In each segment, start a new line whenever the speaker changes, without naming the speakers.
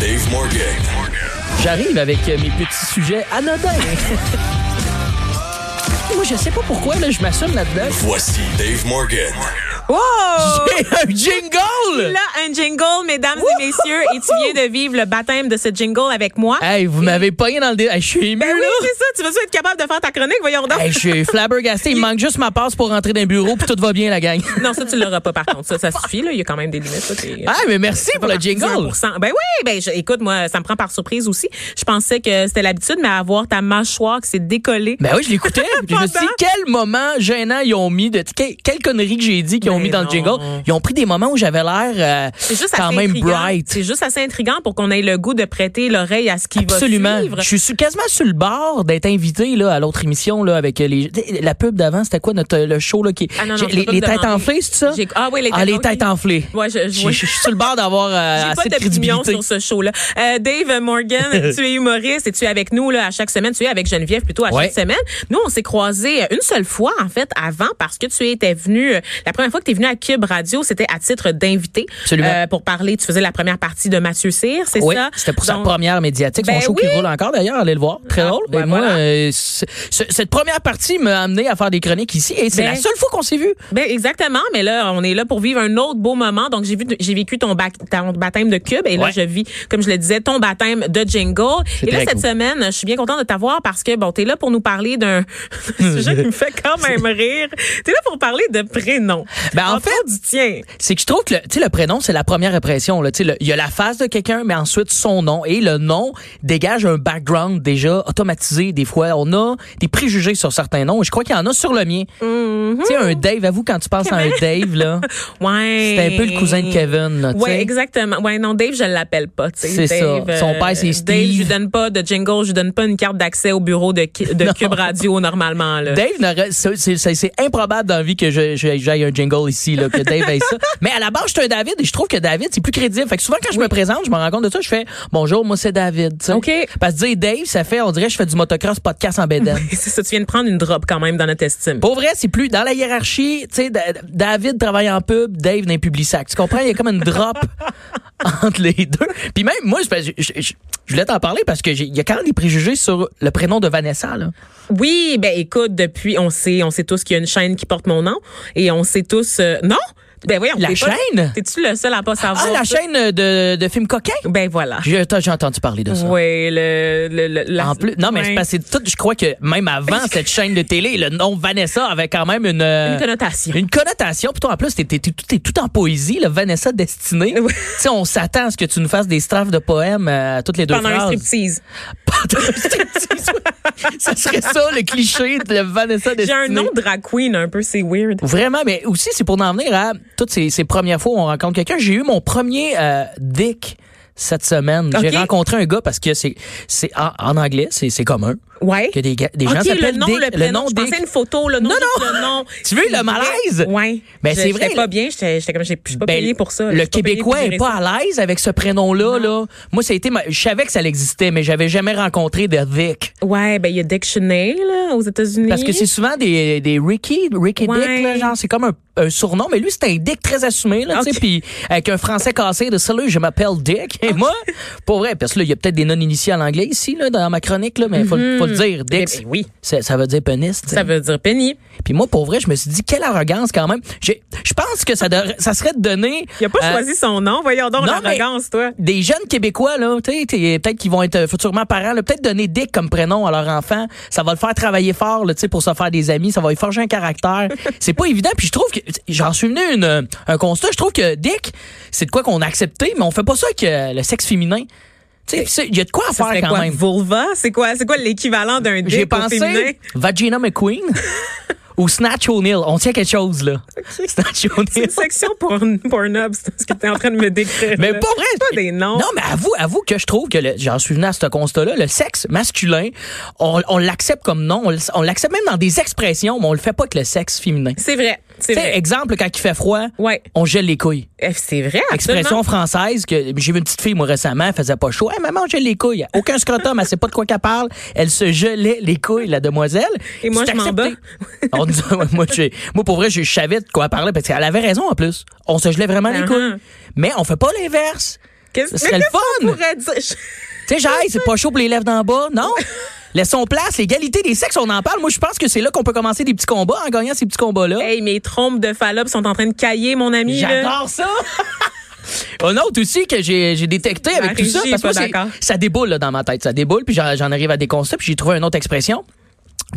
Dave Morgan.
J'arrive avec euh, mes petits sujets anodins. Moi, je sais pas pourquoi, là, je m'assume là-dedans.
Voici Dave Morgan.
Wow!
J'ai un jingle!
Là, Oh! un jingle, mesdames et messieurs, et tu viens de vivre le baptême de ce jingle avec moi.
Hey, vous m'avez pogné dans le dé. Hey, je suis ému,
Ben oui,
là.
c'est ça. Tu vas être capable de faire ta chronique, voyons donc.
Hey, je suis flabbergasté. Il me manque juste ma passe pour rentrer dans le bureau, puis tout va bien, la gang.
Non, ça, tu l'auras pas, par contre. Ça, ça suffit, là. Il y a quand même des limites. ça, t'es-
Ah, mais merci pour le jingle.
1%. Ben oui, ben je- écoute, moi, ça me prend par surprise aussi. Je pensais que c'était l'habitude, mais avoir ta mâchoire qui s'est décollée.
Ben oui, je l'écoutais. puis je me suis dit,
Pendant.
quel moment gênant ils ont mis de. que- Quelle connerie que j'ai dit qu'ils ont
Mais
mis dans le
non.
jingle. Ils ont pris des moments où j'avais l'air euh,
c'est juste
quand
assez
même
intriguant.
bright.
C'est juste assez intriguant pour qu'on ait le goût de prêter l'oreille à ce qui va
Absolument.
suivre.
Je suis su- quasiment sur le bord d'être invité là, à l'autre émission là, avec euh, les. t'sais, La pub d'avant, c'était quoi notre, le show là, qui.
Ah non, non,
j'ai-
je peux
les
pas
les
me
têtes
demander.
enflées, c'est ça?
J'ai- Ah oui, les
Ah,
têtes
les
enflées.
têtes enflées.
Ouais, je- je-
J'ai-
ouais.
Je suis sur le bord d'avoir euh,
J'ai pas
assez de
d'opinion
crédibilité.
sur ce show-là. Euh, Dave Morgan, tu es humoriste et tu es avec nous là, à chaque semaine. Tu es avec Geneviève plutôt à
Ouais.
chaque semaine. Nous, on s'est croisés euh, une seule fois, en fait, avant, parce que tu étais venu, euh, la première fois que tu es venu à Cube Radio, c'était à titre d'invité. euh,
Absolument.
pour parler, tu faisais la première partie de Mathieu Cyr, c'est
Oui,
ça?
c'était pour sa
Donc,
première médiatique.
Ben
Son show qui
oui.
roule encore d'ailleurs, allez le voir. Très
Ah,
drôle.
ben
Et moi,
voilà.
euh, ce- ce- cette première partie m'a amené à faire des chroniques ici et c'est
Ben-
la seule fois qu'on s'est vu.
Ben exactement, mais là on est là pour vivre un autre beau moment. Donc j'ai vu j'ai vécu ton, bac, ton baptême de cube et là
Ouais.
je vis comme je le disais ton baptême de jingle. Et là
très
cette
cool.
semaine, je suis bien contente de t'avoir parce que bon, tu es là pour nous parler d'un sujet qui me fait quand même rire. Tu es là pour parler de prénoms.
Ben, en
Entre
fait-
autres, du tien.
C'est que je trouve que le, tu sais, le prénom, c'est la première impression. là. Tu sais, le- Il y a la face de quelqu'un, mais ensuite son nom. Et le nom dégage un background déjà automatisé. Des fois, on a des préjugés sur certains noms. Je crois qu'il y en a sur le mien.
Mm-hmm.
Tu sais, un Dave, avoue, quand tu penses à un Dave, là,
Ouais.
c'est un peu le cousin de Kevin. Là, tu
Ouais,
sais.
exactement. Ouais, non, Dave, je l'appelle pas. tu sais.
C'est ça.
Dave,
Son
euh,
père, c'est
Dave,
Steve.
je lui donne pas de jingle, je lui donne pas une carte d'accès au bureau de, Ki- de
Non.
Cube Radio normalement. Là.
Dave, n'aurait- c'est- c'est c'est- c'est improbable dans la vie que je- je- j'aille un jingle ici, là, que Dave ait ça. Mais à la base, je suis un David et je trouve que David, c'est plus crédible. Fait que souvent, quand je me présente, je me rends compte de ça, je fais bonjour, moi, c'est David. tu sais.
OK.
Parce que dire Dave, ça fait, on dirait, que je fais du motocross podcast en bédaine.
C'est ça, tu viens de prendre une drop quand même dans notre estime.
Pour vrai, c'est plus dans la hiérarchie, tu sais, Da- David travaille en pub, Dave dans public sac. Tu comprends? Il y a comme une drop entre les deux. Puis même, moi, je, je- je- je- je voulais t'en parler parce que j'ai- il y a quand même des préjugés sur le prénom de Vanessa, là.
Oui, ben écoute, depuis, on sait, on sait tous qu'il y a une chaîne qui porte mon nom et on sait tous, euh, non? Ben voyons.
La
t'es pas-
chaîne?
T'es-tu le seul à pas savoir?
Ah, la
ça?
chaîne de, de films coquins?
Ben voilà.
J'ai attends, j'ai entendu parler de ça.
Oui, le, le, le- la-
En plus, non, mais
ouais.
c'est parce que tout, je crois que même avant cette chaîne de télé, le nom Vanessa avait quand même une, euh,
Une connotation.
Une connotation. Puis toi, en plus, t'es, t'es- t'es tout, t'es tout en poésie, le Vanessa destinée.
Oui.
tu sais, on s'attend à ce que tu nous fasses des strafes de poèmes euh, toutes les deux
Pendant un
phrases.
striptease.
Pendant un striptease, oui. ça serait ça, le cliché de Vanessa
J'ai
destinée.
un nom de drag queen un peu, c'est weird.
Vraiment, mais aussi, c'est pour en venir à toutes ces, ces premières fois où on rencontre quelqu'un. J'ai eu mon premier euh, dick cette semaine.
Ok.
J'ai rencontré un gars parce que c'est, c'est en, en anglais, c'est, c'est commun
Ouais.
que des, ga- des gens
Ok,
s'appellent
le nom,
dick.
le prénom. je
dick.
pensais à une photo, le nom.
Non,
juste
non.
Le nom.
Tu veux le malaise?
Ouais.
Ben,
Je-
c'est
j'étais
vrai,
pas
là.
bien, j'étais j'étais comme, j'ai- je suis pas
Ben,
payée pour ça. je
Le
suis pas payée pour
Québécois est
gérer
pas
ça.
à l'aise avec ce prénom-là. Là. Moi, ça a été ma- je savais que ça existait, mais j'avais jamais rencontré de Vic.
Ouais, ben il y a Dictionary, là, aux États-Unis.
Parce que c'est souvent des, des Ricky, Ricky
Ouais.
Dick, là, genre, c'est comme un, un surnom, mais lui, c'était un Dick très assumé, là, tu
Ok.
sais, puis avec un français cassé de salut, je m'appelle Dick. Et moi, pour vrai, parce que là, il y a peut-être des non-initiés en anglais ici, là, dans ma chronique, là, mais faut, le- faut le dire, Dick.
Ben, ben oui.
c'est- Ça veut dire pénis. tu sais.
Ça veut dire Penny.
Puis moi, pour vrai, je me suis dit, quelle arrogance quand même. J'ai- Je pense que ça, devrait- ça serait de donner.
Il a pas
euh,
choisi son nom. Voyons donc
non, mais-
l'arrogance, toi.
des jeunes Québécois, là, tu sais, t'es- peut-être qu'ils vont être euh, futurement parents, là, peut-être donner Dick comme prénom à leur enfant. Ça va le faire travailler fort, là, tu sais, pour se faire des amis. Ça va lui forger un caractère. c'est pas évident. Puis je trouve que, j'en suis venu à une, euh, un constat. Je trouve que Dick, c'est de quoi qu'on a accepté, mais on fait pas ça avec euh, le sexe féminin. Tu sais, puis ça, il y a de quoi à
Ça
faire
serait
quand
quoi,
même.
vulva? C'est quoi, c'est quoi l'équivalent d'un dick
J'ai
au féminin?
pensé Vagina McQueen ou Snatch O'Neill. On tient quelque chose, là. Snatch
C'est
O'Neill.
une section pour Pornhub, c'est ce que tu es en train de me décrire.
Mais
là.
pas vrai.
Euh, C'est pas des noms.
Non, mais avoue, avoue que je trouve que le- j'en suis venu à ce constat-là. Le sexe masculin, on, on l'accepte comme nom. On, le- on l'accepte même dans des expressions, mais on le fait pas avec le sexe féminin. Tu
C'est vrai. C'est
sais,
vrai.
exemple, quand il fait froid,
Ouais.
on gèle les couilles.
Eh, C'est vrai. absolument.
Expression française que j'ai vu une petite fille moi récemment, elle faisait pas chaud. Hey, maman, j'ai les couilles. Aucun scrotum, elle sait pas de quoi qu'elle parle. Elle se gelait les couilles la demoiselle.
Et moi,
C'est
je m'en
accepté.
bats.
On dit- ouais, moi, j'ai- moi, pour vrai, je je savais de quoi elle parlait parce qu'elle avait raison en plus. On se gelait vraiment les
Uh-huh.
couilles. Mais on fait pas l'inverse.
Qu'est-ce
ce serait
mais
le
qu'est-ce qu'on
fun.
pourrait dire? Je-
Tu sais, genre, Hey, c'est pas chaud pour les lèvres d'en bas, non? Laissons place, l'égalité des sexes, on en parle. Moi, je pense que c'est là qu'on peut commencer des petits combats en gagnant ces petits combats-là.
Hey, mes trompes de Fallope sont en train de cailler, mon ami. là.
J'adore ça! Un autre aussi que j'ai j'ai détecté avec
Ma
tout ça, parce
régie est
que
pas
moi, c'est-
d'accord.
ça déboule là, dans ma tête. Ça déboule, puis j'en j'en arrive à des constats, puis j'ai trouvé une autre expression.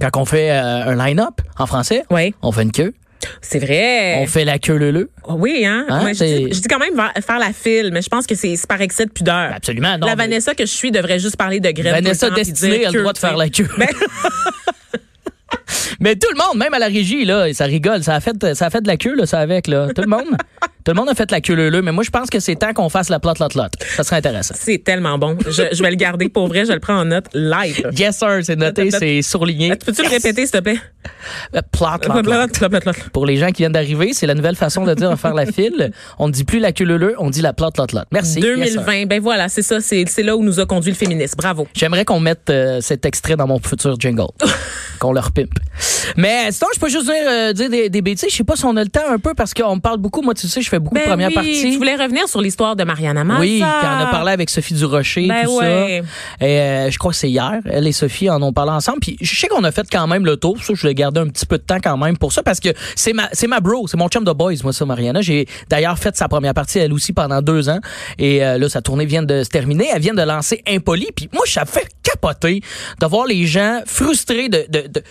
Quand on fait euh, un line-up en français,
Oui.
on fait une queue,
C'est vrai.
on fait la queue le le.
Oh Oui, hein?
Hein,
Moi, je,
c'est-
dis, je dis quand même va- faire la file, mais je pense que c'est c'est par excès de pudeur.
Ben, Absolument, non.
la
mais-
Vanessa que je suis devrait juste parler de graines.
Vanessa
tout le temps, puis
Destiné
dire
a le droit de
que-
faire la queue.
Ben,
Mais tout le monde, même à la régie, là, ça rigole. Ça a fait, ça a fait de la queue, là, ça avec, là. Tout le monde. tout le monde a fait la queue le le, mais moi, je pense que c'est temps qu'on fasse la plot, lot, lot. Ça serait intéressant.
c'est tellement bon. Je, je vais le garder pour vrai. Je le prends en note live.
Yes, sir, c'est noté,
Plot, plot.
c'est surligné.
Ah, tu Peux-tu le répéter, s'il te plaît?
Euh, Plot, lot, lot. Pour les gens qui viennent d'arriver, c'est la nouvelle façon de dire faire la file. On ne dit plus la queue leu leu, on dit la plate lot lot. Merci. Yes, sir.
2020, ben voilà, c'est ça, c'est c'est là où nous a conduit le féminisme. Bravo.
J'aimerais qu'on mette euh, cet extrait dans mon futur jingle. qu'on leur pimpe. Mais sinon, je peux juste dire, euh, dire des, des bêtises. Je sais pas si on a le temps un peu parce qu'on me parle beaucoup. Moi, tu sais, je fais beaucoup
Ben
de première
oui,
partie.
Tu voulais revenir sur l'histoire de Mariana Mazza.
Oui, quand on a parlé avec Sophie Durocher,
Ben
tout
ouais.
ça. Et, euh, je crois que c'est hier. Elle et Sophie en ont parlé ensemble. Puis je sais qu'on a fait quand même le tour. Ça, je voulais garder un petit peu de temps quand même pour ça parce que c'est ma, c'est ma bro, c'est mon chum de boys, moi ça, Mariana. J'ai d'ailleurs fait sa première partie elle aussi pendant deux ans. Et euh, là, sa tournée vient de se terminer. Elle vient de lancer Impoli. Puis moi, ça fait capoter de voir les gens frustrés de- de- de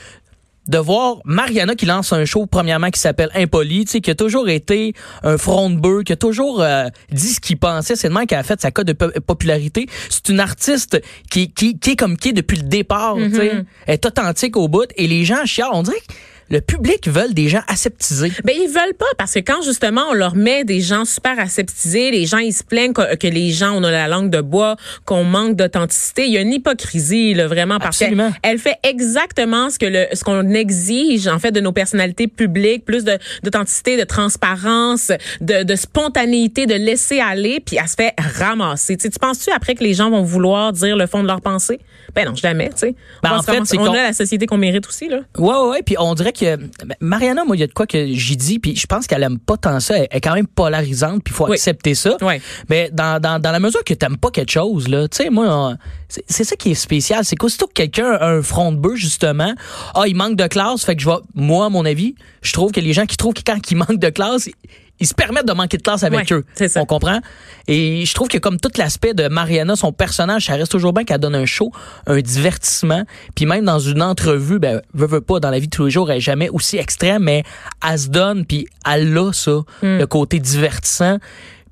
de voir Mariana qui lance un show premièrement qui s'appelle Impoli, tu sais, qui a toujours été un front de bœuf, qui a toujours euh, dit ce qu'il pensait, c'est le même qui a fait sa cote de po- popularité. C'est une artiste qui, qui, qui est comme qui est depuis le départ, tu sais. Elle est authentique au bout et les gens chialent, on dirait que le public veulent des gens aseptisés.
Ben ils veulent pas parce que quand justement on leur met des gens super aseptisés, les gens ils se plaignent que, que les gens on a la langue de bois, qu'on manque d'authenticité, il y a une hypocrisie là vraiment parce qu'elle
Absolument.
elle fait exactement ce que le ce qu'on exige en fait de nos personnalités publiques, plus de d'authenticité, de transparence, de, de spontanéité, de laisser aller puis elle se fait ramasser. Tu sais, tu penses-tu après que les gens vont vouloir dire le fond de leur pensée Ben non, jamais, tu sais.
Ben,
on va
en
se
fait,
ramasser.
c'est
on
qu'on-
a la société qu'on mérite aussi là.
Ouais, ouais, ouais. Puis on dirait que ben, Mariana, moi, il y a de quoi que j'y dis, puis je pense qu'elle aime pas tant ça. Elle est quand même polarisante, puis il faut
Oui.
accepter ça.
Ouais.
Mais dans, dans, dans la mesure que t'aimes pas quelque chose, là, tu sais, moi, on- c'est c'est ça qui est spécial. C'est qu'aussitôt que quelqu'un a un front de bœuf, justement, ah, il manque de classe, fait que je vais, moi, à mon avis, je trouve que les gens qui trouvent que quand ils manquent de classe, ils, ils se permettent de manquer de classe avec
Ouais,
eux.
c'est ça.
On comprend? Et je trouve que comme tout l'aspect de Mariana, son personnage, ça reste toujours bien qu'elle donne un show, un divertissement. Puis même dans une entrevue, ben, veut, veut pas, dans la vie de tous les jours, elle est jamais aussi extrême, mais elle se donne, puis elle a ça,
Hmm.
le côté divertissant.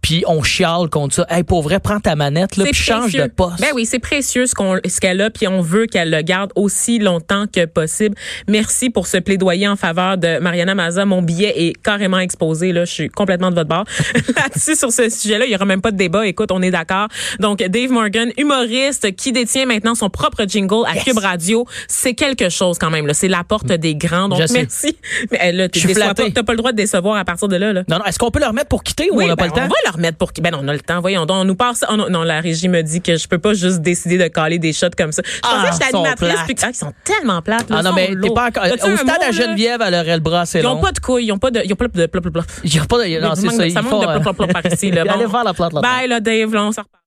Puis on chiale contre ça. Hey, pour vrai, prends ta manette, là,
C'est
puis change de
précieux.
poste.
Ben oui, c'est précieux ce qu'on ce qu'elle a puis on veut qu'elle le garde aussi longtemps que possible. Merci pour ce plaidoyer en faveur de Mariana Maza. Mon billet est carrément exposé là, je suis complètement de votre bord. Là-dessus sur ce sujet-là, il y aura même pas de débat. Écoute, on est d'accord. Donc Dave Morgan, humoriste qui détient maintenant son propre jingle à Cube Radio, c'est quelque chose quand même là, c'est la porte des grands. Donc
Je sais.
merci. Mais eh, là,
Je
tu
suis
déçois pas,
flatté.
t'as pas le droit de décevoir à partir de là là.
Non, non, est-ce qu'on peut le remettre pour quitter ou on
Oui,
n'a
ben,
pas le temps?
va leur remettre pour qu'ils. Ben non, on a le temps. Voyons donc, on nous passe. oh non, non, la régie me dit que je peux pas juste décider de caler des shots comme ça. Je
Ah,
pensais que
ils
j'étais
sont
animatrice.
plates.
Puis, ah, ils sont tellement plates. là,
Ah non,
ils
mais
sont
t'es
lourds.
pas encore.
T'as-tu
Au
un
stade
mot,
à
là?
Geneviève, elle aurait le bras assez
Ils
long.
n'ont pas de couilles, ils n'ont pas de. Ils ont pas de. de- de- de- de-
Il y a pas de. Non,
Ça
c'est
manque-
ça. il
ça
faut,
manque de
euh,
plop, plop, plop par ici. là.
Allez
Bon. Ben,
voir la plate là-dedans.
Bye, là, Dave, là, on s'en reparle.